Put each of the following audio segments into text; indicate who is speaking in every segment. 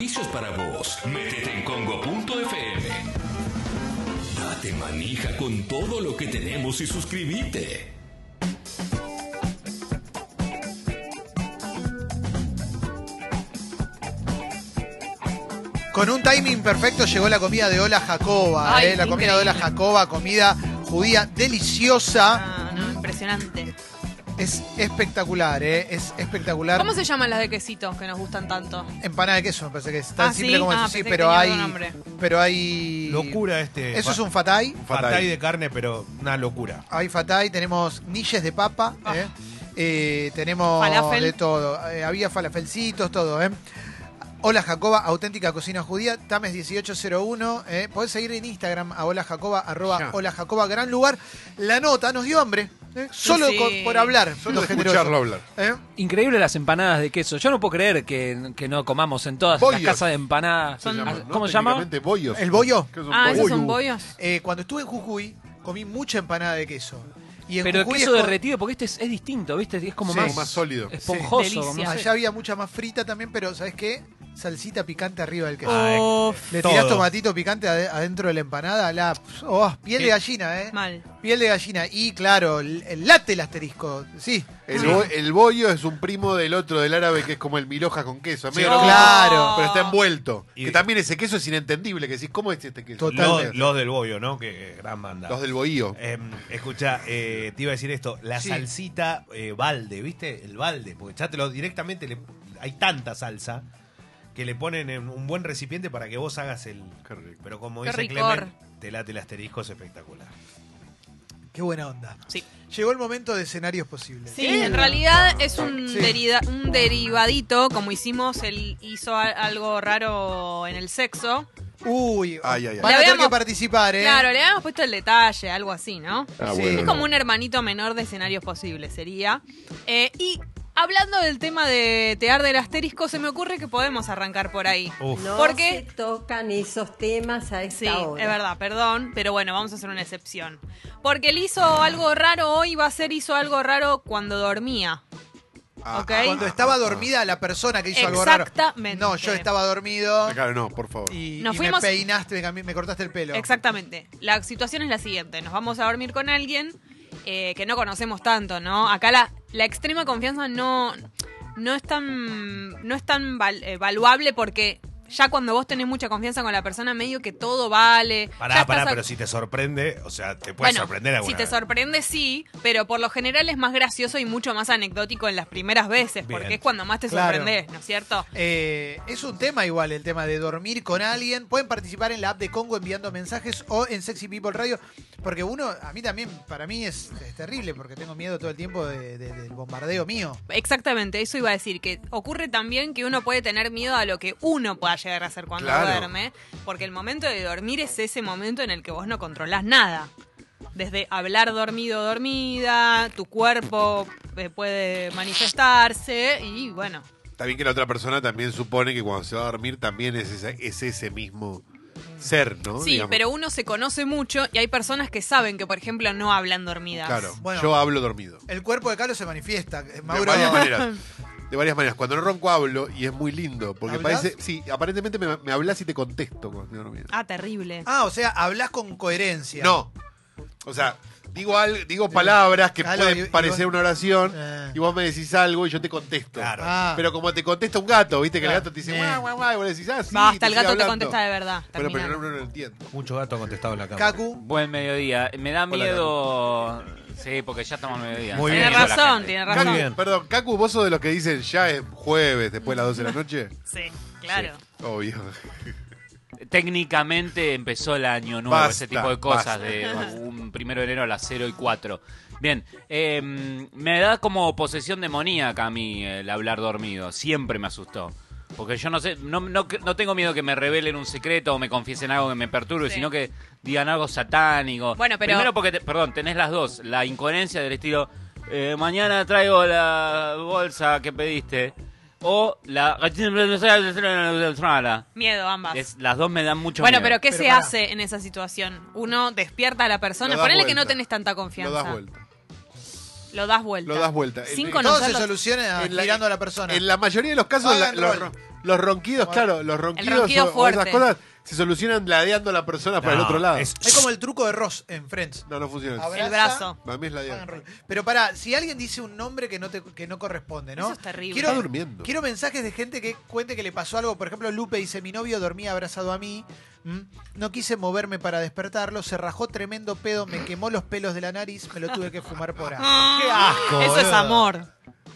Speaker 1: Servicios para vos. Métete en congo.fm. Date manija con todo lo que tenemos y suscríbete.
Speaker 2: Con un timing perfecto llegó la comida de Ola Jacoba.
Speaker 3: Ay,
Speaker 2: eh, La comida
Speaker 3: increíble.
Speaker 2: de Ola Jacoba, comida judía deliciosa.
Speaker 3: Ah, no, impresionante.
Speaker 2: Es espectacular, ¿eh? Es espectacular.
Speaker 3: ¿Cómo se llaman las de quesitos que nos gustan tanto?
Speaker 2: Empanada de queso, me parece que es tan
Speaker 3: Ah,
Speaker 2: simple
Speaker 3: ¿sí?
Speaker 2: como
Speaker 3: Ah,
Speaker 2: eso, sí,
Speaker 3: pensé que
Speaker 2: pero
Speaker 3: tenía
Speaker 2: hay,
Speaker 3: otro nombre.
Speaker 2: pero hay...
Speaker 4: Locura este.
Speaker 2: Eso es
Speaker 4: fa-
Speaker 2: un fatay.
Speaker 4: fatay de carne, pero una locura.
Speaker 2: Hay fatay, tenemos nilles de papa,
Speaker 3: Ah.
Speaker 2: ¿eh? Eh, tenemos
Speaker 3: Falafel.
Speaker 2: de todo. Eh, había falafelcitos, todo, ¿eh? Hola Jacoba, auténtica cocina judía, Tames 1801. ¿eh? Podés seguir en Instagram a Hola Jacoba, arroba
Speaker 5: Ya.
Speaker 2: Hola Jacoba, gran lugar. La nota nos dio hambre, ¿eh? solo
Speaker 3: Sí.
Speaker 2: con- por hablar.
Speaker 5: Solo
Speaker 2: los
Speaker 5: de
Speaker 2: generosos,
Speaker 5: escucharlo hablar.
Speaker 2: ¿eh?
Speaker 6: Increíble las empanadas de queso. Yo no puedo creer que, que no comamos en todas
Speaker 5: Bollos.
Speaker 6: las casas de empanadas.
Speaker 3: Son-
Speaker 6: Ah,
Speaker 5: llama, ¿no?
Speaker 6: ¿Cómo se llama?
Speaker 5: Técnicamente, bollos.
Speaker 2: ¿El bollo?
Speaker 5: ¿Qué es un
Speaker 3: Ah,
Speaker 5: bollo?
Speaker 3: ¿esos son bollos?
Speaker 2: Eh, cuando estuve en Jujuy, comí mucha empanada de queso. Y en
Speaker 6: Pero el
Speaker 2: Jujuy
Speaker 6: queso
Speaker 2: es co-
Speaker 6: derretido, porque este es, es distinto, ¿viste? Es como
Speaker 2: Sí.
Speaker 6: más,
Speaker 5: Como más sólido.
Speaker 3: Sí.
Speaker 6: esponjoso. como
Speaker 3: Delicia.
Speaker 6: no sé.
Speaker 2: Allá había mucha más frita también, pero ¿sabes qué? Salsita picante arriba del queso.
Speaker 3: Ah.
Speaker 4: Ay,
Speaker 3: Uf,
Speaker 2: Le tirás
Speaker 4: todo.
Speaker 2: tomatito picante ade- adentro de la empanada, la oh, piel de gallina, ¿eh?
Speaker 3: mal.
Speaker 2: Piel de gallina. Y claro, el, el latte el asterisco, sí.
Speaker 5: El, bo- el bollo es un primo del otro, del árabe, que es como el miloja con queso. Es medio
Speaker 2: No.
Speaker 5: lo mismo,
Speaker 2: Claro.
Speaker 5: Pero está envuelto.
Speaker 4: Y-
Speaker 5: que también ese queso es inentendible. Que decís, ¿cómo es este queso?
Speaker 2: Totalmente.
Speaker 4: Los, los del bollo, ¿no? Que eh, gran banda.
Speaker 5: Los del bohío.
Speaker 4: escucha, te iba a decir esto. La
Speaker 2: Sí.
Speaker 4: salsita eh, balde, ¿viste? El balde. Porque ya te lo directamente. le- hay tanta salsa que le ponen en un buen recipiente para que vos hagas el.
Speaker 5: Qué rico.
Speaker 4: Pero como
Speaker 3: Qué
Speaker 4: dice
Speaker 3: ricor.
Speaker 4: Clemen, te late el asterisco, es espectacular.
Speaker 2: Qué buena onda.
Speaker 3: Sí.
Speaker 2: Llegó el momento de escenarios posibles.
Speaker 3: Sí, en realidad es un,
Speaker 2: Sí.
Speaker 3: derida- un derivadito, como hicimos, él hizo a- algo raro en el sexo.
Speaker 2: Uy,
Speaker 5: Ay,
Speaker 2: van
Speaker 5: ay, ay.
Speaker 3: Le
Speaker 2: a tener
Speaker 3: habíamos-
Speaker 2: que participar, ¿eh?
Speaker 3: Claro, le habíamos puesto el detalle, algo así, ¿no?
Speaker 2: Sí.
Speaker 3: Es como un hermanito menor de escenarios posibles, sería. Eh, y hablando del tema de tear del asterisco, se me ocurre que podemos arrancar por ahí.
Speaker 4: Uf.
Speaker 7: No
Speaker 3: Porque-
Speaker 7: se tocan esos temas a esta
Speaker 3: Sí,
Speaker 7: hora.
Speaker 3: es verdad, perdón, pero bueno, vamos a hacer una excepción. Porque él hizo algo raro hoy, va a ser hizo algo raro cuando dormía.
Speaker 5: Ah,
Speaker 3: ¿Ok?
Speaker 2: Cuando estaba dormida la persona que hizo algo raro.
Speaker 3: Exactamente.
Speaker 2: No, yo estaba dormido
Speaker 5: Ah, Claro, no, por favor.
Speaker 2: y,
Speaker 3: Nos
Speaker 2: y
Speaker 3: fuimos-
Speaker 2: me peinaste, me cambi- me cortaste el pelo.
Speaker 3: Exactamente. La situación es la siguiente: nos vamos a dormir con alguien eh, que no conocemos tanto, ¿no? Acá la, la extrema confianza no, no es tan, no es tan val- eh, valuable porque ya cuando vos tenés mucha confianza con la persona, medio que todo vale. ya
Speaker 4: Pará,
Speaker 3: estás
Speaker 4: pará,
Speaker 3: ac-
Speaker 4: pero si te sorprende, o sea, te puede
Speaker 3: bueno,
Speaker 4: sorprender alguna
Speaker 3: Si te
Speaker 4: vez.
Speaker 3: sorprende, sí, pero por lo general es más gracioso y mucho más anecdótico en las primeras veces,
Speaker 4: Bien.
Speaker 3: porque es cuando más te
Speaker 2: Claro.
Speaker 3: sorprendes, ¿no es cierto?
Speaker 2: Eh, es un tema igual el tema de dormir con alguien. Pueden participar en la app de Congo enviando mensajes o en Sexy People Radio. Porque uno, a mí también, para mí es, es terrible porque tengo miedo todo el tiempo de- de- del bombardeo mío.
Speaker 3: Exactamente, eso iba a decir, que ocurre también que uno puede tener miedo a lo que uno pueda llegar a hacer cuando
Speaker 5: Claro.
Speaker 3: duerme, porque el momento de dormir es ese momento en el que vos no controlás nada. Desde hablar dormido o dormida, tu cuerpo eh, puede manifestarse y bueno,
Speaker 5: Está bien que la otra persona también supone que cuando se va a dormir también es ese, es ese mismo ser, ¿no?
Speaker 3: Sí,
Speaker 5: Digamos.
Speaker 3: pero uno se conoce mucho y hay personas que saben que, por ejemplo, no hablan dormidas.
Speaker 5: Claro,
Speaker 2: Bueno.
Speaker 5: yo hablo dormido.
Speaker 2: El cuerpo de Carlos se manifiesta. eh,
Speaker 5: De
Speaker 2: Mauro,
Speaker 5: varias maneras. De varias maneras. Cuando no ronco hablo y es muy lindo. Porque
Speaker 2: ¿Hablas?
Speaker 5: parece. Sí, aparentemente me, me hablas y te contesto cuando estoy dormido.
Speaker 3: Ah, terrible.
Speaker 2: ah, o sea, hablas con coherencia.
Speaker 5: No. O sea, digo algo, digo palabras que
Speaker 2: Claro,
Speaker 5: pueden
Speaker 2: y- y
Speaker 5: parecer
Speaker 2: vos-
Speaker 5: una oración
Speaker 2: Eh.
Speaker 5: y vos me decís algo y yo te contesto.
Speaker 4: Claro.
Speaker 2: Ah.
Speaker 5: Pero como te contesta un gato, viste que
Speaker 2: Claro.
Speaker 5: el gato te dice
Speaker 2: Eh.
Speaker 5: guau, guau, guau, y vos le decís, ah, sí,
Speaker 3: Basta,
Speaker 5: te
Speaker 3: el gato
Speaker 5: estoy
Speaker 3: te
Speaker 5: hablando".
Speaker 3: contesta de verdad.
Speaker 5: Bueno, pero
Speaker 3: terminalo.
Speaker 5: no, no lo entiendo.
Speaker 4: Mucho gato ha contestado en la cámara.
Speaker 2: Kaku,
Speaker 6: Buen mediodía. Me da
Speaker 5: Hola,
Speaker 6: miedo. Sí, porque ya estamos al mediodía.
Speaker 4: Muy
Speaker 3: Tiene
Speaker 4: bien, la
Speaker 3: razón,
Speaker 4: gente.
Speaker 3: tiene
Speaker 4: Muy
Speaker 3: razón.
Speaker 4: bien.
Speaker 5: Perdón, Cacu, ¿vos sos de los que dicen ya es jueves después de las 12 de la noche?
Speaker 3: Sí, claro.
Speaker 5: Obvio.
Speaker 6: Técnicamente empezó el año nuevo,
Speaker 5: Basta,
Speaker 6: ese tipo de
Speaker 5: basta.
Speaker 6: cosas, de un primero de enero a las 0 y 4. Bien, eh, me da como posesión demoníaca a mí el hablar dormido, siempre me asustó. Porque yo no sé, no, no- no tengo miedo que me revelen un secreto o me confiesen algo que me perturbe,
Speaker 3: Sí.
Speaker 6: sino que digan algo satánico.
Speaker 3: Bueno, pero-
Speaker 6: Primero porque, te- perdón, tenés las dos, la incoherencia del estilo, eh, mañana traigo la bolsa que pediste, o la...
Speaker 3: Miedo ambas.
Speaker 6: Es- las dos me dan mucho
Speaker 3: bueno,
Speaker 6: miedo.
Speaker 3: pero ¿qué
Speaker 2: Pero
Speaker 3: se
Speaker 2: pará.
Speaker 3: hace en esa situación? Uno despierta a la persona.
Speaker 5: Lo das
Speaker 3: Ponele que
Speaker 5: vuelta.
Speaker 3: no tenés tanta
Speaker 5: Lo
Speaker 3: confianza.
Speaker 5: das vuelta.
Speaker 3: Lo das vuelta.
Speaker 5: Lo das vuelta. El-
Speaker 3: Sin
Speaker 2: eh,
Speaker 5: el-
Speaker 2: Todo se
Speaker 3: conocerlo.
Speaker 2: soluciona
Speaker 5: En la-
Speaker 2: mirando a la persona.
Speaker 5: En la mayoría de los casos,
Speaker 2: Hagan
Speaker 5: la- los,
Speaker 2: rol.
Speaker 5: ro- los ronquidos, claro, los ronquidos
Speaker 3: ronquido
Speaker 5: o- o,
Speaker 3: fuerte.
Speaker 5: esas cosas se solucionan ladeando a la persona para el
Speaker 4: No,
Speaker 5: otro lado.
Speaker 4: es-
Speaker 2: Es como el truco de Ross en Friends.
Speaker 5: No, no funciona.
Speaker 2: Abraza,
Speaker 3: El brazo.
Speaker 5: Para mí es
Speaker 2: hagan
Speaker 5: ladear.
Speaker 2: rol. Pero pará, si alguien dice un nombre que no, te, que no corresponde, ¿no?
Speaker 3: Eso es terrible.
Speaker 5: Está durmiendo.
Speaker 2: Quiero mensajes de gente que cuente que le pasó algo. Por ejemplo, Lupe dice, mi novio dormía abrazado a mí. ¿m? No quise moverme para despertarlo. Se rajó tremendo pedo. Me quemó los pelos de la nariz. Me lo tuve que fumar por ahí.
Speaker 4: ¡Qué asco!
Speaker 3: Eso es
Speaker 4: boludo.
Speaker 3: amor.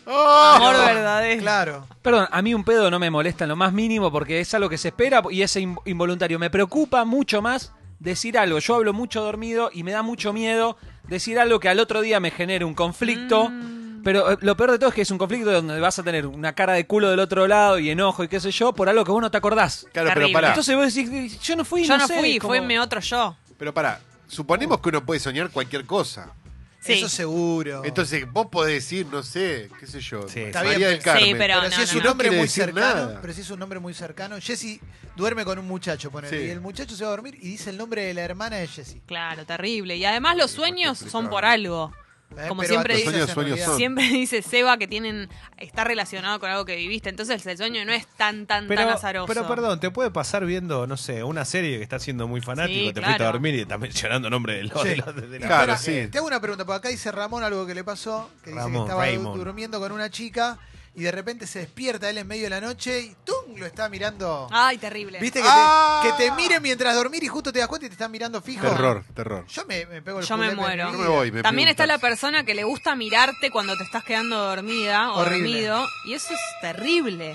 Speaker 3: Ah, Amor verdadero.
Speaker 2: Claro.
Speaker 8: Perdón, a mí un pedo no me molesta en lo más mínimo porque es algo que se espera y es in- involuntario. Me preocupa mucho más decir algo. Yo hablo mucho dormido y me da mucho miedo decir algo que al otro día me genere un conflicto.
Speaker 3: Mm.
Speaker 8: Pero eh, lo peor de todo es que es un conflicto donde vas a tener una cara de culo del otro lado y enojo y qué sé yo por algo que vos no te acordás.
Speaker 5: Claro, pero
Speaker 3: Terrible.
Speaker 5: pará.
Speaker 8: Entonces vos decís, yo no fui,
Speaker 3: Ah. Yo no
Speaker 8: sé",
Speaker 3: fui,
Speaker 8: como-
Speaker 3: fue mi otro yo.
Speaker 5: Pero pará. Suponemos que uno puede soñar cualquier cosa.
Speaker 3: Sí.
Speaker 2: Eso seguro.
Speaker 5: Entonces, vos podés decir, no sé, qué sé yo,
Speaker 4: Sí,
Speaker 5: María
Speaker 2: está bien,
Speaker 5: del
Speaker 2: pero-
Speaker 5: Carmen.
Speaker 3: Sí, pero-
Speaker 2: pero
Speaker 3: no,
Speaker 2: si
Speaker 3: no,
Speaker 2: es
Speaker 3: no.
Speaker 2: un
Speaker 5: No
Speaker 2: hombre
Speaker 5: quiere
Speaker 2: muy
Speaker 5: decir
Speaker 2: cercano,
Speaker 5: nada.
Speaker 2: pero si es un hombre muy cercano, Jesse duerme con un muchacho, ponele,
Speaker 5: Sí.
Speaker 2: y el muchacho se va a dormir y dice el nombre de la hermana de Jesse.
Speaker 3: Claro, terrible. Y además los sueños son
Speaker 5: complicado.
Speaker 3: por algo.
Speaker 2: Eh,
Speaker 3: Como
Speaker 2: pero
Speaker 3: siempre
Speaker 2: antes
Speaker 5: dice-
Speaker 2: se
Speaker 5: Sueños,
Speaker 2: olvida.
Speaker 5: sueños son.
Speaker 3: Siempre dice Seba que tienen está relacionado con algo que viviste. Entonces el sueño no es tan, tan, tan
Speaker 4: Pero,
Speaker 3: azaroso.
Speaker 4: pero perdón, te puede pasar viendo, no sé, una serie que estás siendo muy fanático,
Speaker 3: Sí,
Speaker 4: te
Speaker 3: claro.
Speaker 4: fuiste a dormir y estás mencionando nombre de los.
Speaker 2: Sí.
Speaker 4: de los- de los-
Speaker 5: Claro,
Speaker 2: Espera,
Speaker 5: sí.
Speaker 2: eh, Te hago una pregunta, porque acá dice Ramón algo que le pasó, que dice que
Speaker 4: Ramón,
Speaker 2: estaba
Speaker 4: Raymond.
Speaker 2: du- durmiendo con una chica y de repente se despierta él en medio de la noche y ¡tum! lo está mirando.
Speaker 3: Ay, terrible.
Speaker 2: ¿Viste? Que,
Speaker 5: ¡Ah!
Speaker 2: te, que te mire mientras dormir y justo te das cuenta y te están mirando fijo.
Speaker 5: Terror, terror.
Speaker 2: Yo me, me pego el
Speaker 3: Yo me
Speaker 2: culete en
Speaker 3: muero.
Speaker 2: mi
Speaker 5: Yo
Speaker 2: vida.
Speaker 5: me voy, me
Speaker 3: También está la
Speaker 5: preguntas.
Speaker 3: persona que le gusta mirarte cuando te estás quedando dormida o
Speaker 2: Horrible.
Speaker 3: dormido. Y eso es terrible.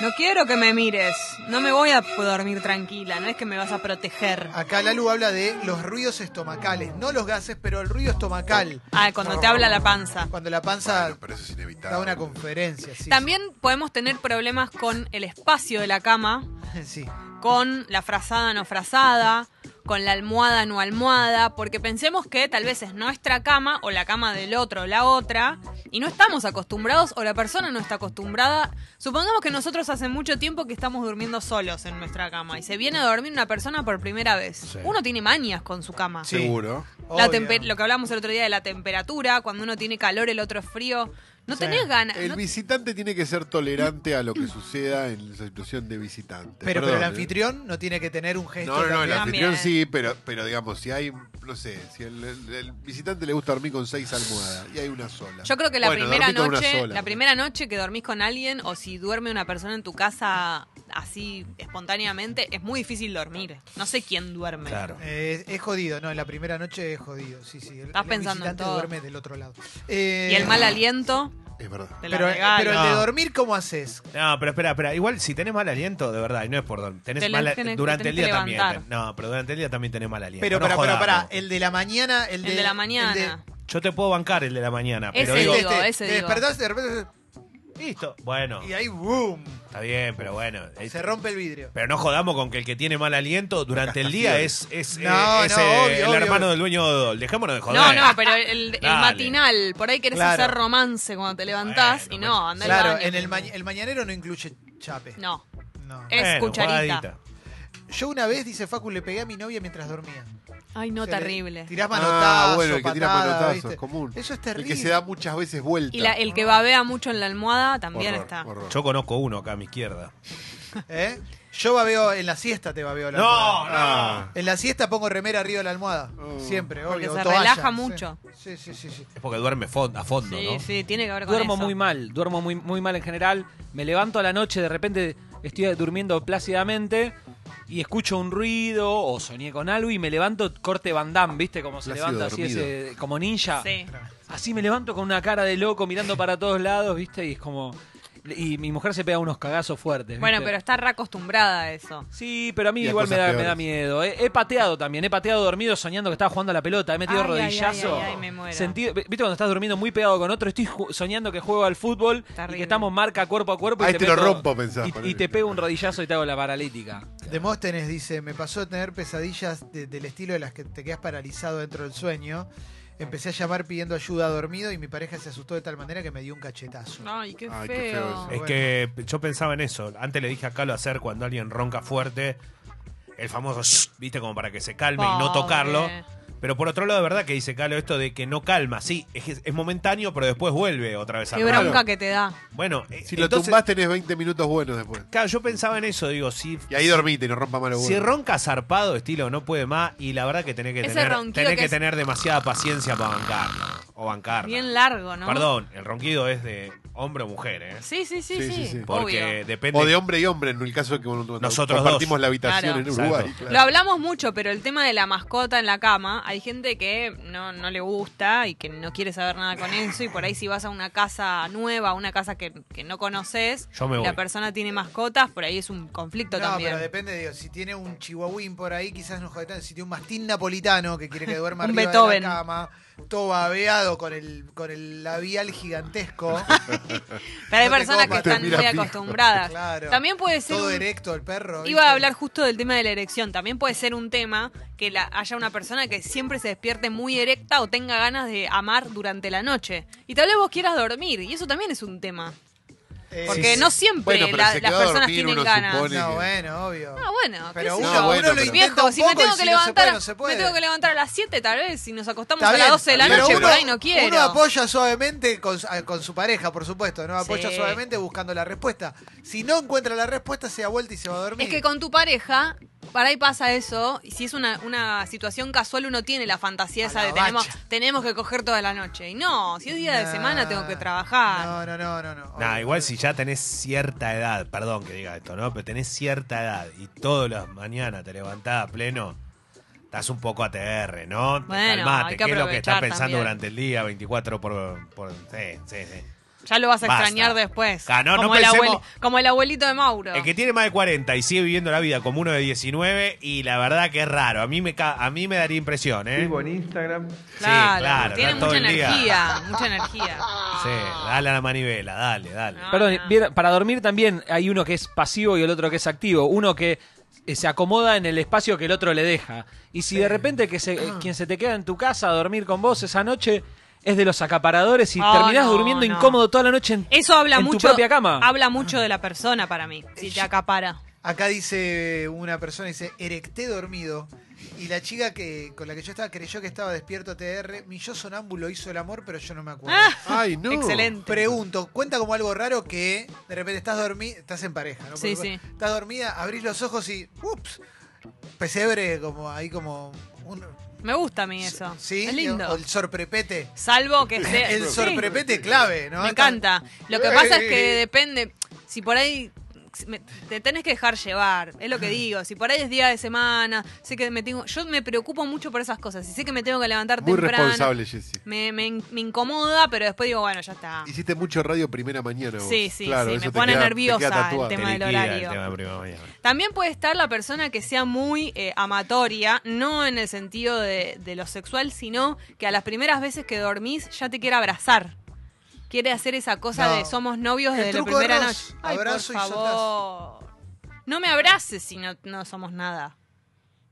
Speaker 3: No quiero que me mires. No me voy a dormir tranquila. No es que me vas a proteger.
Speaker 2: Acá Lalu habla de los ruidos estomacales, no los gases, pero el ruido estomacal.
Speaker 3: Ah, cuando te habla la panza.
Speaker 2: Cuando la panza
Speaker 5: Bueno, pero eso es inevitable.
Speaker 2: da una conferencia. Sí,
Speaker 3: También podemos tener problemas con el espacio de la cama,
Speaker 2: Sí.
Speaker 3: con la frazada no frazada, con la almohada no almohada, porque pensemos que tal vez es nuestra cama o la cama del otro o la otra, y no estamos acostumbrados o la persona no está acostumbrada. Supongamos que nosotros hace mucho tiempo que estamos durmiendo solos en nuestra cama y se viene a dormir una persona por primera vez. Uno tiene mañas con su cama.
Speaker 2: Sí.
Speaker 5: Seguro.
Speaker 3: La
Speaker 2: Obvio.
Speaker 3: tempe- lo que hablábamos el otro día de la temperatura, cuando uno tiene calor, el otro es frío. No tenés ganas.
Speaker 5: El
Speaker 3: no-
Speaker 5: visitante tiene que ser tolerante a lo que suceda en la situación de visitante.
Speaker 2: Pero, pero
Speaker 5: Perdón,
Speaker 2: el
Speaker 5: ¿eh?
Speaker 2: anfitrión no tiene que tener un gesto.
Speaker 5: No, no, no, el
Speaker 2: también.
Speaker 3: anfitri-
Speaker 5: anfitrión
Speaker 3: También.
Speaker 5: sí, pero, pero digamos, si hay, no sé, si el, el- el visitante le gusta dormir con seis almohadas y hay una sola.
Speaker 3: Yo creo que la
Speaker 5: Bueno,
Speaker 3: primera
Speaker 5: dormí con una
Speaker 3: noche,
Speaker 5: sola.
Speaker 3: la primera noche que dormís con alguien o si duerme una persona en tu casa así espontáneamente, es muy difícil dormir. No sé quién duerme.
Speaker 4: Claro.
Speaker 2: Eh, es jodido, no, en la primera noche es jodido, sí, sí. El,
Speaker 3: Estás
Speaker 2: el
Speaker 3: pensando en
Speaker 2: visitante
Speaker 3: todo.
Speaker 2: duerme del otro lado. Eh,
Speaker 3: Y el mal aliento
Speaker 5: Es verdad.
Speaker 3: te la
Speaker 2: Pero, eh,
Speaker 3: regalo.
Speaker 2: pero el de
Speaker 4: No.
Speaker 2: dormir, ¿cómo haces?
Speaker 4: No, pero espera, espera. Igual si tenés mal aliento, de verdad, y no es por dormir. Tenés
Speaker 3: Tenés-
Speaker 4: mal,
Speaker 3: tenés que-
Speaker 4: durante
Speaker 3: tenés
Speaker 4: el día
Speaker 3: que
Speaker 4: también.
Speaker 3: levantar.
Speaker 4: No, pero durante el día también tenés mal aliento.
Speaker 2: Pero,
Speaker 4: no
Speaker 2: pero, pero,
Speaker 4: jodamos.
Speaker 2: pará, el de la mañana, el de.
Speaker 3: el de la mañana.
Speaker 4: Yo te puedo bancar el de la mañana, pero
Speaker 3: Ese
Speaker 4: digo,
Speaker 3: digo, ese
Speaker 2: este, te
Speaker 3: digo.
Speaker 2: despertás y de repente.
Speaker 4: listo. Bueno,
Speaker 2: Y ahí, ¡boom!
Speaker 4: está bien, pero bueno. es-
Speaker 2: Se rompe el vidrio.
Speaker 4: Pero no jodamos con que el que tiene mal aliento durante el día es, es,
Speaker 2: No,
Speaker 4: es,
Speaker 2: no,
Speaker 4: eh,
Speaker 2: obvio,
Speaker 4: el
Speaker 2: obvio.
Speaker 4: hermano del dueño de Odol. Dejémonos de joder.
Speaker 3: No, no, pero el, el
Speaker 4: Dale.
Speaker 3: matinal, por ahí querés
Speaker 2: Claro.
Speaker 3: hacer romance cuando te levantás
Speaker 5: pues,
Speaker 4: Bueno,
Speaker 3: y no, andá al
Speaker 2: Claro,
Speaker 3: baño.
Speaker 2: en el, ma- el mañanero no incluye chape.
Speaker 3: No, Eh.
Speaker 2: No.
Speaker 3: es
Speaker 4: Bueno,
Speaker 3: cucharita.
Speaker 4: jugadita.
Speaker 2: Yo una vez, dice Facu, le pegué a mi novia mientras dormía.
Speaker 3: Ay,
Speaker 2: O
Speaker 3: no,
Speaker 2: sea, le
Speaker 3: terrible.
Speaker 2: Tirás
Speaker 5: Ah,
Speaker 2: manotazos.
Speaker 5: bueno, el que tira
Speaker 2: patadas,
Speaker 5: manotazos,
Speaker 2: ¿viste?
Speaker 5: es común.
Speaker 2: Eso es
Speaker 5: El
Speaker 2: terrible.
Speaker 5: que se da muchas veces vuelta.
Speaker 3: Y la- el que babea mucho en la almohada también
Speaker 5: Horror,
Speaker 3: está.
Speaker 5: horror.
Speaker 4: Yo conozco uno acá a mi izquierda.
Speaker 2: ¿Eh? Yo babeo, en la siesta te babeo la almohada. Ah.
Speaker 4: No, Oh. no.
Speaker 2: En la siesta pongo remera arriba de la almohada. Siempre,
Speaker 3: Porque
Speaker 2: obvio.
Speaker 3: se
Speaker 2: o toalla,
Speaker 3: relaja
Speaker 2: sí.
Speaker 3: mucho.
Speaker 2: Sí, sí, sí. sí.
Speaker 4: Es porque duerme fon- a fondo,
Speaker 3: Sí,
Speaker 4: ¿no?
Speaker 3: sí, tiene que ver con
Speaker 8: Duermo
Speaker 3: eso.
Speaker 8: muy mal, duermo muy, muy mal en general. Me levanto a la noche, de repente estoy durmiendo plácidamente y escucho un ruido o soñé con algo y me levanto corte bandán, ¿viste? Como se
Speaker 5: Plácido
Speaker 8: levanta así,
Speaker 5: dormido.
Speaker 8: ese- como ninja.
Speaker 3: Sí.
Speaker 8: Así me levanto con una cara de loco mirando para todos lados, ¿viste? Y es como... Y mi mujer se pega unos cagazos fuertes.
Speaker 3: Bueno,
Speaker 8: ¿viste?
Speaker 3: pero está reacostumbrada a eso.
Speaker 8: Sí, pero a mí
Speaker 5: Y a
Speaker 8: igual me
Speaker 5: cosas
Speaker 8: da, me da
Speaker 5: peores.
Speaker 8: miedo. He, he pateado también, he pateado dormido soñando que estaba jugando a la pelota, he metido
Speaker 3: Ay, ay,
Speaker 8: rodillazo.
Speaker 3: ay, ay, ay, me muero.
Speaker 8: Sentido- ¿Viste cuando estás durmiendo muy pegado con otro? Estoy ju- soñando que juego al fútbol y
Speaker 3: Terrible.
Speaker 8: que estamos marca cuerpo a cuerpo. y
Speaker 5: Ahí te lo
Speaker 8: meto-
Speaker 5: rompo, pensás,
Speaker 8: y- Y,
Speaker 5: ponele.
Speaker 8: te pego un rodillazo y te hago la paralítica.
Speaker 2: Demóstenes dice, me pasó de tener pesadillas de- del estilo de las que te quedas paralizado dentro del sueño. Empecé a llamar pidiendo ayuda dormido y mi pareja se asustó de tal manera que me dio un cachetazo.
Speaker 3: Ay, qué
Speaker 5: Ay, qué
Speaker 3: feo.
Speaker 5: feo
Speaker 4: Es que yo pensaba en eso. Antes le dije a Calo hacer cuando alguien ronca fuerte, el famoso, "Shh", viste, como para que se calme y no
Speaker 3: Pobre.
Speaker 4: tocarlo. Pero por otro lado, de verdad que dice Calo esto de que no calma. Sí, es, que es momentáneo, pero después vuelve otra vez a
Speaker 3: Qué
Speaker 4: armar.
Speaker 3: bronca que te da.
Speaker 4: Bueno, eh,
Speaker 5: Si lo
Speaker 4: entonces,
Speaker 5: tumbás tenés 20 minutos buenos después.
Speaker 4: claro, yo pensaba en eso, digo, si,
Speaker 5: Y ahí dormite y no rompa malo
Speaker 4: si
Speaker 5: bueno.
Speaker 4: ronca zarpado, estilo, no puede más, y la verdad que tenés que
Speaker 3: Ese
Speaker 4: tener,
Speaker 3: ronquido
Speaker 4: tenés
Speaker 3: que
Speaker 4: que,
Speaker 3: es-
Speaker 4: tener demasiada paciencia para bancarlo. O bancarla.
Speaker 3: Bien largo, ¿no?
Speaker 4: Perdón, el ronquido es de hombre o mujer, ¿eh?
Speaker 3: Sí, sí, sí,
Speaker 5: Sí,
Speaker 3: sí.
Speaker 5: sí, sí.
Speaker 4: Porque
Speaker 3: obvio.
Speaker 4: depende.
Speaker 5: O de hombre y hombre, en el caso que bueno,
Speaker 4: Nosotros
Speaker 5: compartimos
Speaker 4: dos.
Speaker 5: la habitación
Speaker 3: Claro.
Speaker 5: en Uruguay.
Speaker 4: Exacto.
Speaker 5: claro.
Speaker 3: Lo hablamos mucho, pero el tema de la mascota en la cama, hay gente que no, no le gusta y que no quiere saber nada con eso. Y por ahí, si vas a una casa nueva, a una casa que, que no conoces,
Speaker 4: Yo me
Speaker 3: y
Speaker 4: voy.
Speaker 3: la persona tiene mascotas, por ahí es un conflicto
Speaker 2: No,
Speaker 3: también.
Speaker 2: pero depende, digo, si tiene un chihuahuín por ahí, quizás no jode tanto. Si tiene un mastín napolitano que quiere que duerma
Speaker 3: Un
Speaker 2: arriba de
Speaker 3: Beethoven.
Speaker 2: la cama, todo babeado con el, con el labial gigantesco,
Speaker 3: Pero hay
Speaker 2: No te
Speaker 3: personas que
Speaker 2: copas.
Speaker 3: están
Speaker 5: Te mira
Speaker 3: muy
Speaker 5: fijo.
Speaker 3: acostumbradas.
Speaker 2: Claro.
Speaker 3: También puede ser.
Speaker 2: todo
Speaker 3: un-
Speaker 2: erecto el perro.
Speaker 3: Iba
Speaker 2: ¿viste?
Speaker 3: a hablar justo del tema de la erección. También puede ser un tema que la- haya una persona que siempre se despierte muy erecta o tenga ganas de amar durante la noche. Y tal vez vos quieras dormir, y eso también es un tema.
Speaker 2: Eh,
Speaker 3: Porque no siempre
Speaker 5: Bueno, pero
Speaker 3: la-
Speaker 5: se
Speaker 3: las
Speaker 5: quedó a
Speaker 3: personas
Speaker 5: dormir,
Speaker 3: tienen
Speaker 5: uno
Speaker 3: ganas.
Speaker 5: supone.
Speaker 2: No, bueno, obvio.
Speaker 3: Ah, bueno, qué
Speaker 2: Pero
Speaker 3: sé
Speaker 2: uno,
Speaker 3: yo.
Speaker 5: No, bueno,
Speaker 2: uno lo
Speaker 5: pero-
Speaker 2: intenta
Speaker 3: Viejo,
Speaker 2: un
Speaker 3: si me
Speaker 2: poco y
Speaker 3: tengo que
Speaker 2: si no se
Speaker 3: levantar,
Speaker 2: puede,
Speaker 3: a-
Speaker 2: no se puede.
Speaker 3: me tengo que levantar a las 7 tal vez, si nos acostamos
Speaker 2: Está
Speaker 3: a las
Speaker 2: bien,
Speaker 3: 12 de la
Speaker 5: está
Speaker 3: noche,
Speaker 5: bien,
Speaker 3: por
Speaker 5: pero
Speaker 3: ahí no quiero.
Speaker 2: Uno apoya suavemente con, su- ah, con su pareja, por supuesto, ¿no? Apoya
Speaker 3: Sí.
Speaker 2: suavemente buscando la respuesta. Si no encuentra la respuesta, se da vuelta y se va a dormir.
Speaker 3: Es que con tu pareja, para ahí pasa eso, y si es una, una situación casual, uno tiene la fantasía
Speaker 2: A
Speaker 3: esa
Speaker 2: la
Speaker 3: de tenemos,
Speaker 2: bacha.
Speaker 3: tenemos que coger toda la noche. Y no, si es día
Speaker 2: Nah.
Speaker 3: de semana tengo que trabajar.
Speaker 2: No, no, no, no. no.
Speaker 4: Nah,
Speaker 2: Obvio.
Speaker 4: igual si ya tenés cierta edad, perdón que diga esto, ¿no? Pero tenés cierta edad y todas las mañanas te levantás a pleno, estás un poco ATR, ¿no? Te
Speaker 3: Bueno,
Speaker 4: Calmate,
Speaker 3: hay que
Speaker 4: ¿qué es lo que estás
Speaker 3: aprovechar
Speaker 4: pensando
Speaker 3: también.
Speaker 4: durante el día? 24 por... por sí, sí, sí.
Speaker 3: Ya lo vas a
Speaker 4: Basta.
Speaker 3: extrañar después.
Speaker 4: Ah, no, no
Speaker 3: como, el
Speaker 4: pensemos-
Speaker 3: abueli- como el abuelito de Mauro.
Speaker 4: El que tiene más de 40 y sigue viviendo la vida como uno de 19 y la verdad que es raro, a mí me, ca- a mí me daría impresión, ¿eh?
Speaker 9: Vivo en Instagram.
Speaker 4: sí, claro,
Speaker 3: tiene
Speaker 4: está todo
Speaker 3: mucha
Speaker 4: el día.
Speaker 3: energía, mucha energía.
Speaker 4: Sí, dale a la manivela, dale, dale.
Speaker 3: No,
Speaker 8: Perdón,
Speaker 3: Ah, no.
Speaker 8: bien, para dormir también hay uno que es pasivo y el otro que es activo. Uno que eh, se acomoda en el espacio que el otro le deja. Y si de repente que se, eh,
Speaker 2: Ah.
Speaker 8: quien se te queda en tu casa a dormir con vos esa noche es de los acaparadores y
Speaker 3: Oh,
Speaker 8: terminás
Speaker 3: no,
Speaker 8: durmiendo
Speaker 3: no.
Speaker 8: incómodo toda la noche en,
Speaker 3: Eso habla
Speaker 8: en
Speaker 3: mucho.
Speaker 8: tu propia cama.
Speaker 3: Habla mucho de la persona para mí, si te acapara.
Speaker 2: Acá dice una persona, dice, erecté dormido. Y la chica que con la que yo estaba creyó que estaba despierto TR. Mi yo sonámbulo hizo el amor, pero yo no me acuerdo.
Speaker 3: Ah.
Speaker 5: Ay, no.
Speaker 3: Excelente.
Speaker 2: Pregunto, cuenta como algo raro que de repente estás dormida, estás en pareja, ¿no?
Speaker 3: Sí,
Speaker 2: Por-
Speaker 3: sí.
Speaker 2: Estás dormida, abrís los ojos y, ups, pesebre como ahí como un,
Speaker 3: Me gusta a mí eso.
Speaker 2: sí,
Speaker 3: es lindo.
Speaker 2: o el sorprepete.
Speaker 3: Salvo que sea.
Speaker 2: El
Speaker 3: sí.
Speaker 2: sorprepete clave, ¿no?
Speaker 3: Me encanta. Lo que pasa es que depende. Si por ahí me- te tenés que dejar llevar, es lo que digo. Si por ahí es día de semana, sé que me tengo. Yo me preocupo mucho por esas cosas. Y sé que me tengo que levantar
Speaker 5: Muy
Speaker 3: temprano.
Speaker 5: responsable, Jessy.
Speaker 3: Me, me in- me incomoda, pero después digo, bueno, ya está.
Speaker 5: Hiciste mucho radio primera mañana. vos.
Speaker 3: Ah. Sí, sí,
Speaker 5: Claro,
Speaker 3: sí,
Speaker 5: eso
Speaker 3: me
Speaker 5: te
Speaker 3: pone
Speaker 5: queda- te
Speaker 3: nerviosa
Speaker 5: queda
Speaker 3: el
Speaker 5: tatuado.
Speaker 3: tema del
Speaker 4: Te liquida el
Speaker 3: horario.
Speaker 4: tema de primera mañana.
Speaker 3: También puede estar la persona que sea muy eh, amatoria, no en el sentido de, de lo sexual, sino que a las primeras veces que dormís ya te quiere abrazar. Quiere hacer esa cosa
Speaker 2: No.
Speaker 3: de somos novios
Speaker 2: El
Speaker 3: desde la
Speaker 2: truco de
Speaker 3: primera
Speaker 2: Ross,
Speaker 3: noche. Ay,
Speaker 2: abrazo y
Speaker 3: por favor. No me abraces si no, no somos nada.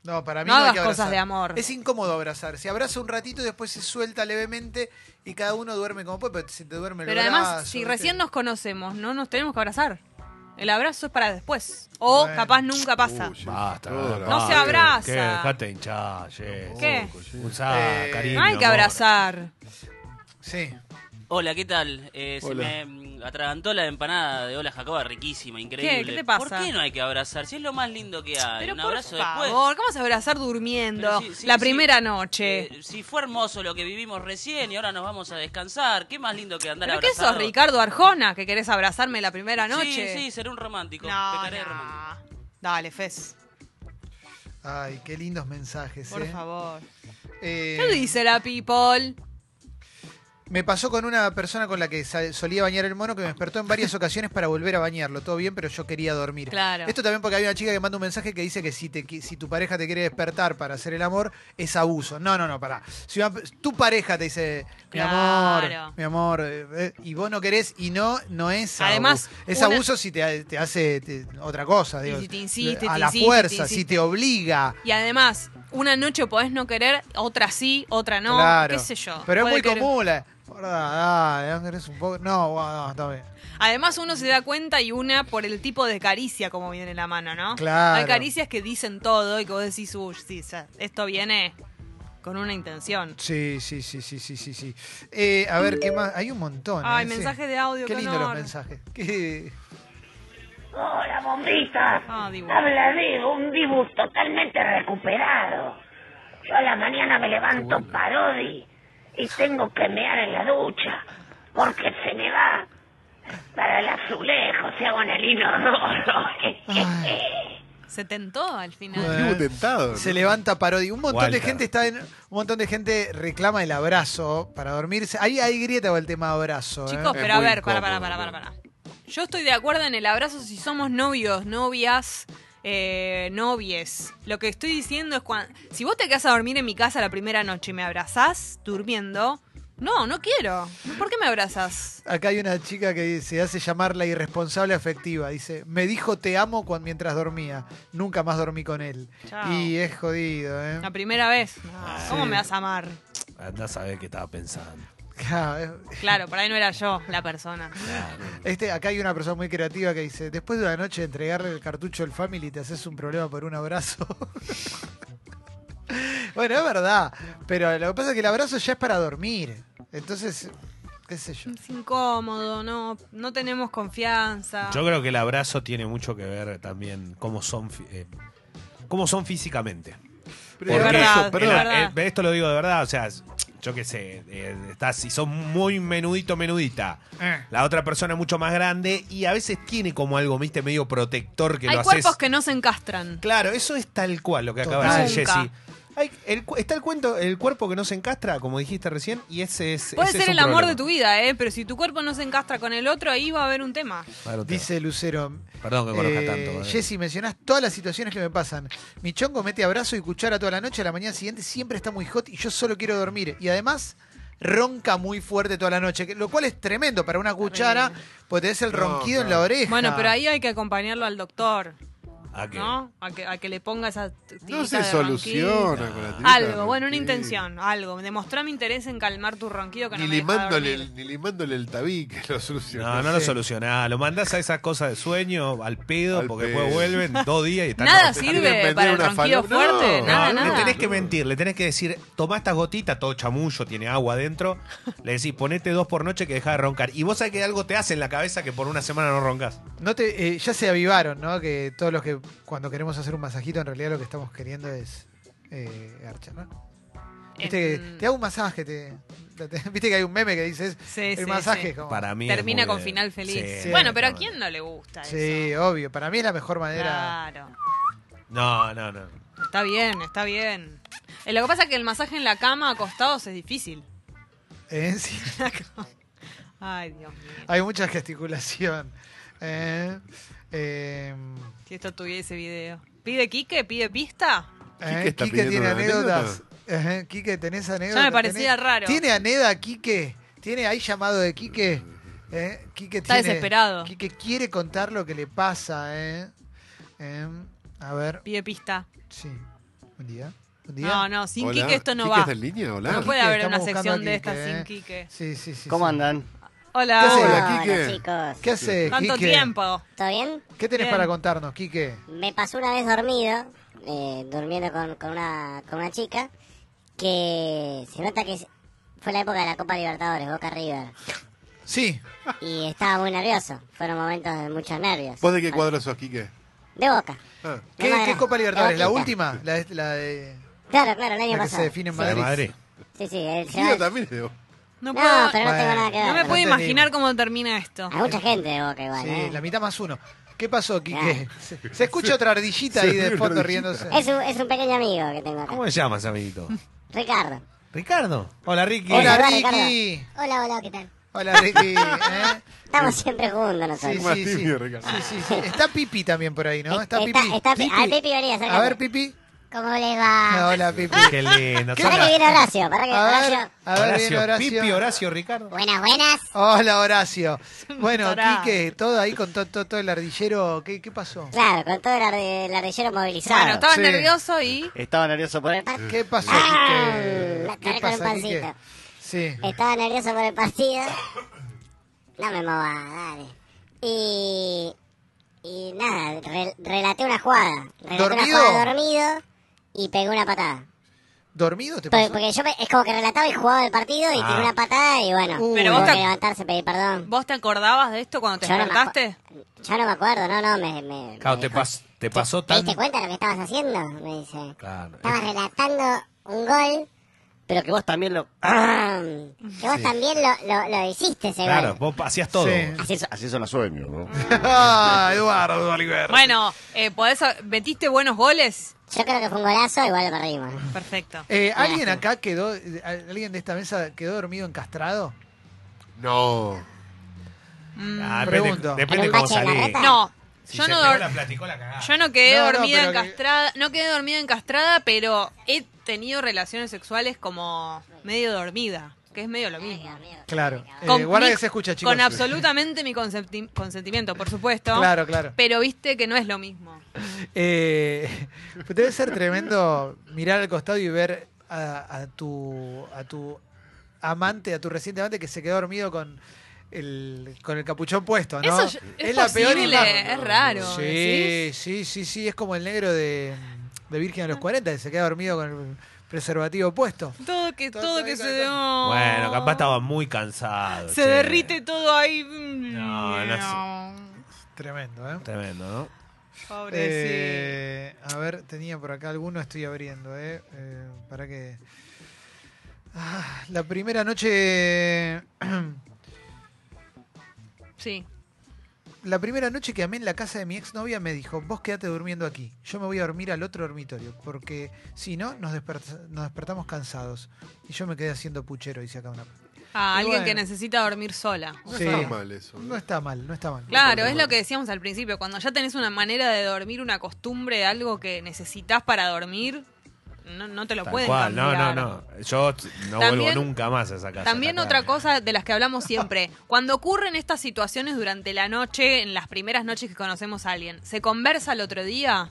Speaker 2: No, para mí
Speaker 3: No
Speaker 2: no, hay
Speaker 3: hagas
Speaker 2: que
Speaker 3: cosas
Speaker 2: abrazar.
Speaker 3: de amor.
Speaker 2: Es incómodo abrazar. Se abraza un ratito y después se suelta levemente y cada uno duerme como puede, pero se te duerme el
Speaker 3: Pero además,
Speaker 2: brazo,
Speaker 3: si
Speaker 2: ¿viste?
Speaker 3: recién nos conocemos, no nos tenemos que abrazar. El abrazo es para después. O
Speaker 2: Bueno.
Speaker 3: capaz nunca pasa.
Speaker 5: Uy, Jessy,
Speaker 4: Basta,
Speaker 5: todo lo-
Speaker 3: No se abraza.
Speaker 4: ¿Qué? Dejate hinchar, che.
Speaker 3: ¿Qué?
Speaker 4: Usá,
Speaker 2: Eh,
Speaker 4: cariño.
Speaker 3: no hay que
Speaker 4: amor.
Speaker 3: abrazar.
Speaker 2: Sí.
Speaker 10: Hola, ¿qué tal? Eh, se
Speaker 5: Hola.
Speaker 10: me mm, atragantó la empanada de Hola Jacoba, riquísima, increíble.
Speaker 3: ¿Qué? ¿Qué te pasa?
Speaker 10: ¿Por qué no hay que abrazar? Si es lo más lindo que hay.
Speaker 3: Pero
Speaker 10: Un
Speaker 3: por
Speaker 10: abrazo después.
Speaker 3: favor, ¿cómo vas a abrazar durmiendo
Speaker 10: Pero sí, sí,
Speaker 3: la
Speaker 10: sí.
Speaker 3: primera noche?
Speaker 10: Eh, si fue hermoso lo que vivimos recién y ahora nos vamos a descansar, ¿qué más lindo que andar
Speaker 3: ¿Pero qué
Speaker 10: abrazado?
Speaker 3: sos, Ricardo Arjona, que querés abrazarme la primera noche?
Speaker 10: Sí, sí, seré un romántico.
Speaker 3: No,
Speaker 10: pecaré de romántico.
Speaker 3: no. Dale, Fez,
Speaker 2: Ay, qué lindos mensajes.
Speaker 3: por
Speaker 2: eh.
Speaker 3: favor.
Speaker 2: Eh,
Speaker 3: ¿Qué dice la people?
Speaker 2: Me pasó con una persona con la que sa- solía bañar el mono que me despertó en varias ocasiones para volver a bañarlo. Todo bien, pero yo quería dormir.
Speaker 3: Claro.
Speaker 2: Esto también porque había una chica que manda un mensaje que dice que si, te, qui- si tu pareja te quiere despertar para hacer el amor, es abuso. No, no, no, pará. Si una- tu pareja te dice, mi
Speaker 3: Claro.
Speaker 2: amor, mi amor, eh, eh, y vos no querés, y no, no es abuso.
Speaker 3: Además,
Speaker 2: es
Speaker 3: una-
Speaker 2: abuso si te, te hace te- otra cosa.
Speaker 3: Y
Speaker 2: digo,
Speaker 3: si te insiste,
Speaker 2: a
Speaker 3: te
Speaker 2: la
Speaker 3: insiste,
Speaker 2: fuerza,
Speaker 3: te
Speaker 2: si
Speaker 3: insiste.
Speaker 2: te obliga.
Speaker 3: Y además, una noche podés no querer, otra sí, otra no,
Speaker 2: claro.
Speaker 3: qué sé yo.
Speaker 2: Pero es
Speaker 3: Puede
Speaker 2: muy
Speaker 3: querer-
Speaker 2: común. la- Gorda, dale, ¿no querés un poco? No, bueno, no, está bien.
Speaker 3: Además, uno se da cuenta y una por el tipo de caricia como viene la mano, ¿no?
Speaker 2: Claro.
Speaker 3: Hay caricias que dicen todo y que vos decís, uy, sí, ya, esto viene con una intención.
Speaker 2: Sí, sí, sí, sí, sí, sí, sí. Eh, a ver, ¿qué más? Hay un montón.
Speaker 3: Ay,
Speaker 2: eh, sí.
Speaker 3: mensaje de audio,
Speaker 2: Qué
Speaker 3: qué
Speaker 2: lindo los
Speaker 3: honor.
Speaker 2: mensajes. Qué-
Speaker 9: Hola, bombita.
Speaker 3: Ah, Dibu.
Speaker 9: Habla de un Dibu totalmente recuperado. Yo a la mañana me levanto parodi y tengo que mear en la ducha porque se me va para el azulejo, se hago en el inodoro.
Speaker 3: Se tentó al final.
Speaker 5: Estuvo tentado. ¿no?
Speaker 2: Se levanta parodi. Un montón de
Speaker 4: Walter.
Speaker 2: gente está en. Un montón de gente reclama el abrazo para dormirse. Ahí hay grieta con el tema abrazo. ¿eh?
Speaker 3: Chicos,
Speaker 5: Es
Speaker 3: pero a
Speaker 5: muy
Speaker 3: ver, para, para,
Speaker 5: incómodo,
Speaker 3: para, para,
Speaker 5: claro.
Speaker 3: para. Yo estoy de acuerdo en el abrazo si somos novios, novias, eh, novies. Lo que estoy diciendo es cuando. Si vos te quedás a dormir en mi casa la primera noche y me abrazás durmiendo. No, no quiero. ¿Por qué me abrazás?
Speaker 2: Acá hay una chica que se hace llamar la irresponsable afectiva. Dice, me dijo te amo cuando, mientras dormía. Nunca más dormí con él.
Speaker 3: Chao.
Speaker 2: Y es jodido, ¿eh?
Speaker 3: La primera vez. No,
Speaker 4: Ah,
Speaker 3: ¿Cómo me vas a amar?
Speaker 4: Andá a saber qué estaba pensando.
Speaker 2: Claro, eh.
Speaker 3: Claro, por ahí no era yo la persona.
Speaker 2: Este, acá hay una persona muy creativa que dice, después de una noche de entregarle el cartucho al family te haces un problema por un abrazo. bueno, es verdad, pero lo que pasa es que el abrazo ya es para dormir. Entonces, qué sé yo.
Speaker 3: Es incómodo, no, no tenemos confianza.
Speaker 4: Yo creo que el abrazo tiene mucho que ver también cómo son, fi- eh, cómo son físicamente.
Speaker 3: es
Speaker 4: Porque
Speaker 3: verdad,
Speaker 4: el-
Speaker 3: es verdad.
Speaker 4: el- esto lo digo de verdad, o sea, yo qué sé, eh, estás, si son muy menudito, menudita,
Speaker 2: Eh.
Speaker 4: la otra persona es mucho más grande y a veces tiene como algo, viste, medio protector que
Speaker 3: Hay
Speaker 4: lo haces.
Speaker 3: cuerpos que no se encastran.
Speaker 4: Claro, eso es tal cual lo que acaba de
Speaker 2: Total.
Speaker 4: decir
Speaker 3: Nunca.
Speaker 4: Jessy. Hay- el cu- está el cuento, el cuerpo que no se encastra, como dijiste recién, y ese es.
Speaker 3: Puede
Speaker 4: ese es
Speaker 3: ser
Speaker 4: un
Speaker 3: el amor
Speaker 4: problema.
Speaker 3: de tu vida, ¿eh? pero si tu cuerpo no se encastra con el otro, ahí va a haber un tema.
Speaker 4: Claro, te-
Speaker 2: Dice Lucero.
Speaker 4: Perdón que conozca tanto, eh.
Speaker 2: Jessy, mencionás todas las situaciones que me pasan. Mi chongo mete abrazo y cuchara toda la noche, a la mañana siguiente siempre está muy hot y yo solo quiero dormir. Y además ronca muy fuerte toda la noche, que- lo cual es tremendo para una cuchara, porque tenés el
Speaker 5: No,
Speaker 2: ronquido en la
Speaker 5: claro.
Speaker 2: oreja.
Speaker 3: Bueno, pero ahí hay que acompañarlo al doctor,
Speaker 4: ¿A qué?
Speaker 3: ¿no? A que, a que le ponga esa.
Speaker 5: No
Speaker 3: tirita
Speaker 5: se
Speaker 3: de ronquido.
Speaker 5: soluciona con la tirita de
Speaker 3: Algo, bueno, una
Speaker 5: ronquido.
Speaker 3: intención, algo. Demostrar mi interés en calmar tu ronquido que no
Speaker 5: Ni
Speaker 3: me deja
Speaker 5: limándole,
Speaker 3: dormir.
Speaker 5: el, ni limándole el tabique lo soluciona.
Speaker 4: No, no lo
Speaker 2: Sí.
Speaker 4: solucionás. Lo mandás a esas cosas de sueño, al pedo,
Speaker 5: Al
Speaker 4: porque
Speaker 5: pedo.
Speaker 4: después vuelven dos días y están
Speaker 3: Nada
Speaker 4: cortados.
Speaker 5: Quieren
Speaker 3: sirve
Speaker 5: vender
Speaker 3: para el
Speaker 5: una
Speaker 3: ronquido
Speaker 5: falo-
Speaker 3: fuerte,
Speaker 5: No,
Speaker 3: nada,
Speaker 4: No,
Speaker 3: nada.
Speaker 4: Le tenés que mentir, le tenés que decir, tomá estas gotitas, todo chamullo, tiene agua adentro. Le decís, ponete dos por noche que deja de roncar. Y vos sabés que algo te hace en la cabeza que por una semana no roncas.
Speaker 2: No te, eh, ya se avivaron, ¿no? Que todos los que cuando queremos hacer un masajito, en realidad lo que estamos queriendo es eh, garcha, ¿no? Viste que
Speaker 3: Em,
Speaker 2: te hago un masaje, te- te- viste que hay un meme que dices
Speaker 3: Sí,
Speaker 2: el
Speaker 3: sí,
Speaker 2: masaje.
Speaker 3: sí.
Speaker 2: como-
Speaker 4: Para mí. es
Speaker 3: Termina
Speaker 4: muy
Speaker 3: con
Speaker 4: de-
Speaker 3: final feliz.
Speaker 4: eh. Sí,
Speaker 3: bueno, pero ¿a
Speaker 4: no,
Speaker 3: quién no le gusta eso?
Speaker 2: Sí, obvio. Para mí es la mejor manera.
Speaker 3: Claro.
Speaker 4: No, no, no.
Speaker 3: Está bien, está bien. Eh, lo que pasa es que el masaje en la cama acostados es difícil.
Speaker 2: ¿eh? Sí.
Speaker 3: Ay, Dios mío.
Speaker 2: Hay mucha gesticulación. ¿eh? Eh,
Speaker 3: Si esto tuviese video. ¿Pide Quique? ¿Pide pista?
Speaker 2: ¿eh?
Speaker 5: ¿Quique está
Speaker 2: Quique tiene
Speaker 5: pidiendo una
Speaker 2: anécdotas. Ajá, Quique, ¿tenés anécdotas?
Speaker 3: Ya me parecía
Speaker 2: ¿Tenés-
Speaker 3: raro.
Speaker 2: ¿Tiene aneda, Quique? ¿Tiene ahí llamado de Quique? ¿Eh? Quique
Speaker 3: Está
Speaker 2: tiene-
Speaker 3: desesperado.
Speaker 2: Quique quiere contar lo que le pasa. ¿eh? Eh, a ver,
Speaker 3: Pide pista.
Speaker 2: sí. Un día. Un día.
Speaker 3: No, no, sin
Speaker 5: Hola,
Speaker 3: Quique esto no
Speaker 5: ¿Quique
Speaker 3: va.
Speaker 5: está en línea? Hola.
Speaker 3: No
Speaker 2: Quique,
Speaker 3: puede haber
Speaker 2: estamos
Speaker 3: una
Speaker 2: buscando
Speaker 3: sección
Speaker 2: a
Speaker 3: de estas
Speaker 2: Quique,
Speaker 3: sin
Speaker 2: eh.
Speaker 3: Quique.
Speaker 2: Sí, sí, sí.
Speaker 11: ¿Cómo
Speaker 2: sí.
Speaker 11: andan?
Speaker 2: ¿Qué
Speaker 3: Hola,
Speaker 2: hace
Speaker 3: hola.
Speaker 2: la
Speaker 5: Hola, Quique.
Speaker 11: chicos.
Speaker 2: ¿Qué hace,
Speaker 3: Tanto
Speaker 2: Quique?
Speaker 3: tiempo.
Speaker 11: ¿Todo bien?
Speaker 2: ¿Qué tenés
Speaker 3: Bien.
Speaker 2: para contarnos, Quique?
Speaker 11: Me pasó una vez dormido, eh, durmiendo con, con, una, con una chica, que se nota que es- fue la época de la Copa Libertadores, Boca River.
Speaker 2: Sí.
Speaker 11: Y estaba muy nervioso. Fueron momentos de muchos nervios.
Speaker 5: ¿Vos de qué cuadro sos, Quique?
Speaker 11: De Boca.
Speaker 5: Ah,
Speaker 11: De
Speaker 2: ¿Qué,
Speaker 11: Madrid.
Speaker 2: qué Copa
Speaker 11: De
Speaker 2: Libertadores? ¿La
Speaker 11: Boquita.
Speaker 2: última? ¿La, de- la de,
Speaker 11: Claro, claro, el año
Speaker 2: la que
Speaker 11: pasado.
Speaker 2: se define en
Speaker 11: Sí.
Speaker 4: La de
Speaker 2: Madrid?
Speaker 4: Madrid.
Speaker 11: Sí, sí, el se va-
Speaker 5: Quique también es de vos.
Speaker 3: No
Speaker 11: No,
Speaker 3: puedo.
Speaker 11: pero no tengo Ah,
Speaker 2: Bueno.
Speaker 11: nada que
Speaker 3: no
Speaker 11: ver.
Speaker 3: me
Speaker 2: no
Speaker 3: puedo
Speaker 2: entendimos.
Speaker 3: imaginar cómo termina esto.
Speaker 11: Hay mucha gente de Boca igual,
Speaker 2: Sí,
Speaker 11: ¿eh?
Speaker 2: la mitad más uno. ¿Qué pasó, Quique? Se, se escucha otra ardillita
Speaker 5: Se
Speaker 2: ahí de
Speaker 5: ríe una
Speaker 2: fondo
Speaker 5: ardillita.
Speaker 2: riéndose.
Speaker 11: Es, un, es un pequeño amigo que tengo acá.
Speaker 4: ¿Cómo te llamas, amiguito?
Speaker 11: Ricardo.
Speaker 4: Ricardo. Hola, Ricky.
Speaker 2: Hola,
Speaker 11: Hola,
Speaker 2: Ricky.
Speaker 11: Hola, hola, ¿qué tal?
Speaker 2: Hola, Ricky. ¿eh?
Speaker 11: Estamos siempre juntos
Speaker 2: Sí,
Speaker 11: nosotros.
Speaker 5: Más
Speaker 2: sí, sí.
Speaker 5: tímido, Ricardo.
Speaker 2: Sí, sí, sí. Está Pipi también por ahí, ¿no? Está
Speaker 11: Está-
Speaker 2: Pipi.
Speaker 11: está- a ver, Pipi, Ah, vení, acércate.
Speaker 2: A ver, Pipi.
Speaker 11: ¿Cómo les va?
Speaker 2: Hola, Pipi.
Speaker 4: Qué lindo.
Speaker 11: Pará que viene Horacio, pará que
Speaker 2: A ver,
Speaker 11: Horacio.
Speaker 2: a ver, viene Horacio.
Speaker 4: Pipi, Horacio, Ricardo.
Speaker 11: Buenas, buenas.
Speaker 2: Hola, Horacio. Bueno,
Speaker 3: Pará.
Speaker 2: Quique, todo ahí con to- to- todo el ardillero. ¿Qué, qué pasó?
Speaker 11: Claro, con todo el, arde- el ardillero movilizado.
Speaker 3: Bueno, estaba
Speaker 2: Sí.
Speaker 3: nervioso y.
Speaker 11: Estaba nervioso por el partido.
Speaker 2: ¿Qué pasó,
Speaker 11: Ah,
Speaker 2: Quique?
Speaker 11: la
Speaker 2: ¿Qué
Speaker 11: cargué
Speaker 2: pasa,
Speaker 11: con un
Speaker 2: Quique?
Speaker 11: pancito.
Speaker 2: Sí.
Speaker 11: Estaba nervioso por el partido. No me movaba, dale. Y. Y nada, re- relaté una jugada. Relaté
Speaker 2: ¿Dormido?
Speaker 11: una jugada dormido y pegué una patada.
Speaker 2: dormido? ¿Te
Speaker 11: Porque,
Speaker 2: pasó?
Speaker 11: porque yo me- es como que relataba y jugaba el partido y
Speaker 2: Ah.
Speaker 11: tenía una patada y Uh, bueno,
Speaker 3: Uh.
Speaker 2: Uy.
Speaker 11: pero
Speaker 2: Pero vos
Speaker 11: que
Speaker 2: te-
Speaker 11: levantarse, pedir perdón.
Speaker 3: ¿Vos te acordabas de esto cuando te
Speaker 11: Yo no me acu-
Speaker 3: despertaste?
Speaker 11: Yo no me acuerdo, no, no, me, me-
Speaker 4: Claro, te, pas- te pasó
Speaker 11: ¿Te
Speaker 4: tan...
Speaker 11: diste cuenta de lo que estabas haciendo? Me dice.
Speaker 4: Claro.
Speaker 2: Ah,
Speaker 11: Estabas relatando un gol, pero que vos también lo. que vos
Speaker 4: Sí.
Speaker 11: también lo, lo, lo hiciste ese
Speaker 4: Claro,
Speaker 11: gol.
Speaker 4: vos hacías todo. Ah,
Speaker 11: Así es-
Speaker 12: Así son los sueños, ¿no?
Speaker 2: ah, Eduardo Oliver.
Speaker 3: Bueno, eh, podés, ¿metiste buenos goles?
Speaker 11: Yo creo que fue un golazo, igual lo perdimos.
Speaker 3: Perfecto.
Speaker 2: Eh, ¿Alguien acá quedó, eh, alguien de esta mesa quedó dormido encastrado?
Speaker 5: No.
Speaker 4: Ah, depende-
Speaker 2: Pregunto.
Speaker 4: depende
Speaker 2: ¿En un
Speaker 4: cómo
Speaker 2: bache de la
Speaker 4: salís.
Speaker 2: reta?
Speaker 3: No,
Speaker 4: Eh, Si
Speaker 3: Mm, yo
Speaker 4: se
Speaker 3: no,
Speaker 4: pegó
Speaker 3: dor-
Speaker 4: la platicó la cagada.
Speaker 3: yo no quedé
Speaker 4: No, no,
Speaker 3: dormida
Speaker 4: pero que-
Speaker 3: encastrada, no quedé dormida encastrada, pero he tenido relaciones sexuales como medio dormida, que es medio lo mismo.
Speaker 2: Claro. Eh,
Speaker 3: Con
Speaker 2: guarda
Speaker 3: mi-
Speaker 2: que se escucha, chicos.
Speaker 3: Con absolutamente mi consenti- consentimiento, por supuesto.
Speaker 2: Claro, claro.
Speaker 3: Pero viste que no es lo mismo.
Speaker 2: Eh, debe ser tremendo mirar al costado y ver a, a tu a tu amante, a tu reciente amante que se quedó dormido con el, con el capuchón puesto, ¿no?
Speaker 3: Eso es- es posible, es raro,
Speaker 2: Sí,
Speaker 3: ¿decís?
Speaker 2: sí, sí, sí, es como el negro de, de Virgen a los 40 que se queda dormido con el preservativo puesto.
Speaker 3: Todo que, todo que se... oh,
Speaker 4: Bueno, capaz estaba muy cansado.
Speaker 3: se
Speaker 4: che.
Speaker 3: derrite todo ahí. Mm,
Speaker 4: No, no
Speaker 2: Tremendo, ¿eh?
Speaker 4: Tremendo, ¿no?
Speaker 3: Pobrecito.
Speaker 2: Eh, a ver, tenía por acá alguno, estoy abriendo, ¿eh? Eh, para que. Ah, la primera noche.
Speaker 3: Sí.
Speaker 2: La primera noche que amé en la casa de mi exnovia me dijo: Vos quedate durmiendo aquí, yo me voy a dormir al otro dormitorio, porque si no, nos, desperta- nos despertamos cansados. Y yo me quedé haciendo puchero, dice acá una.
Speaker 3: A
Speaker 2: Y
Speaker 3: alguien que
Speaker 2: bueno.
Speaker 3: necesita dormir sola.
Speaker 5: No está mal eso. Ah,
Speaker 2: No está mal, no está mal.
Speaker 3: Claro, es lo que decíamos al principio. Cuando ya tenés una manera de dormir, una costumbre de algo que necesitas para dormir, no, no te lo
Speaker 4: Tal
Speaker 3: pueden
Speaker 4: cual, no, no,
Speaker 3: cambiar.
Speaker 4: no. Yo no
Speaker 3: También-
Speaker 4: vuelvo nunca más a esa casa.
Speaker 3: También
Speaker 4: está claro.
Speaker 3: otra cosa de las que hablamos siempre, cuando ocurren estas situaciones durante la noche, en las primeras noches que conocemos a alguien, ¿se conversa el otro día?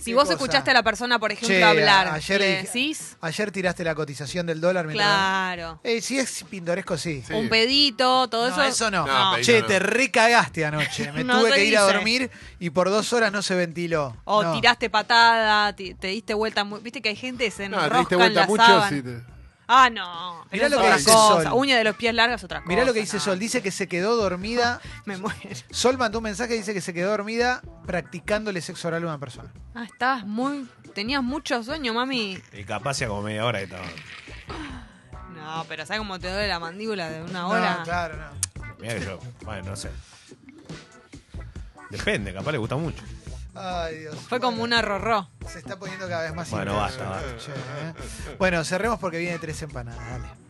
Speaker 3: Si
Speaker 2: ¿Qué
Speaker 3: vos
Speaker 2: cosa?
Speaker 3: escuchaste a la persona, por ejemplo,
Speaker 2: Che, a-
Speaker 3: hablar,
Speaker 2: ayer
Speaker 3: ¿le
Speaker 2: dije-
Speaker 3: decís?
Speaker 2: Ayer tiraste la cotización del dólar mientras-
Speaker 3: Claro.
Speaker 2: Eh, si es pintoresco, sí.
Speaker 3: Un pedito, todo
Speaker 2: No, eso no.
Speaker 5: No, pedí
Speaker 2: Che,
Speaker 5: no.
Speaker 2: te recagaste anoche. Me
Speaker 3: No Oh,
Speaker 2: tuve
Speaker 3: se
Speaker 2: que ir a
Speaker 3: dice.
Speaker 2: dormir y por dos horas no se ventiló.
Speaker 3: O
Speaker 2: No.
Speaker 3: tiraste patada, ti- te diste vuelta. mu- Viste que hay gente que se
Speaker 5: No, te
Speaker 3: enrosca
Speaker 5: diste
Speaker 3: en la
Speaker 5: vuelta mucho.
Speaker 3: sábana.
Speaker 5: sí, te-
Speaker 3: Ah, no.
Speaker 2: Mirá
Speaker 3: Eso
Speaker 2: lo que
Speaker 3: es
Speaker 2: dice
Speaker 3: otra cosa.
Speaker 2: Sol.
Speaker 3: Uña de los pies largas, otra cosa.
Speaker 2: Mirá lo que dice
Speaker 3: no.
Speaker 2: Sol. Dice que se quedó dormida.
Speaker 3: Me muero.
Speaker 2: Sol mandó un mensaje dice que se quedó dormida practicándole sexo oral a una persona.
Speaker 3: Ah, estabas muy. Tenías mucho sueño, mami.
Speaker 4: Y capaz hacía como media hora que estaba.
Speaker 3: No, pero ¿sabes cómo te duele la mandíbula de una hora?
Speaker 2: No, claro, no.
Speaker 4: Mirá que yo, bueno, no sé. Depende, capaz le gusta mucho.
Speaker 2: Ay, Dios.
Speaker 3: Fue como una rorró.
Speaker 2: Se está poniendo cada vez más
Speaker 4: Bueno,
Speaker 2: intenso
Speaker 4: basta,
Speaker 2: la noche, ¿eh? Bueno, cerremos porque viene tres empanadas. Dale.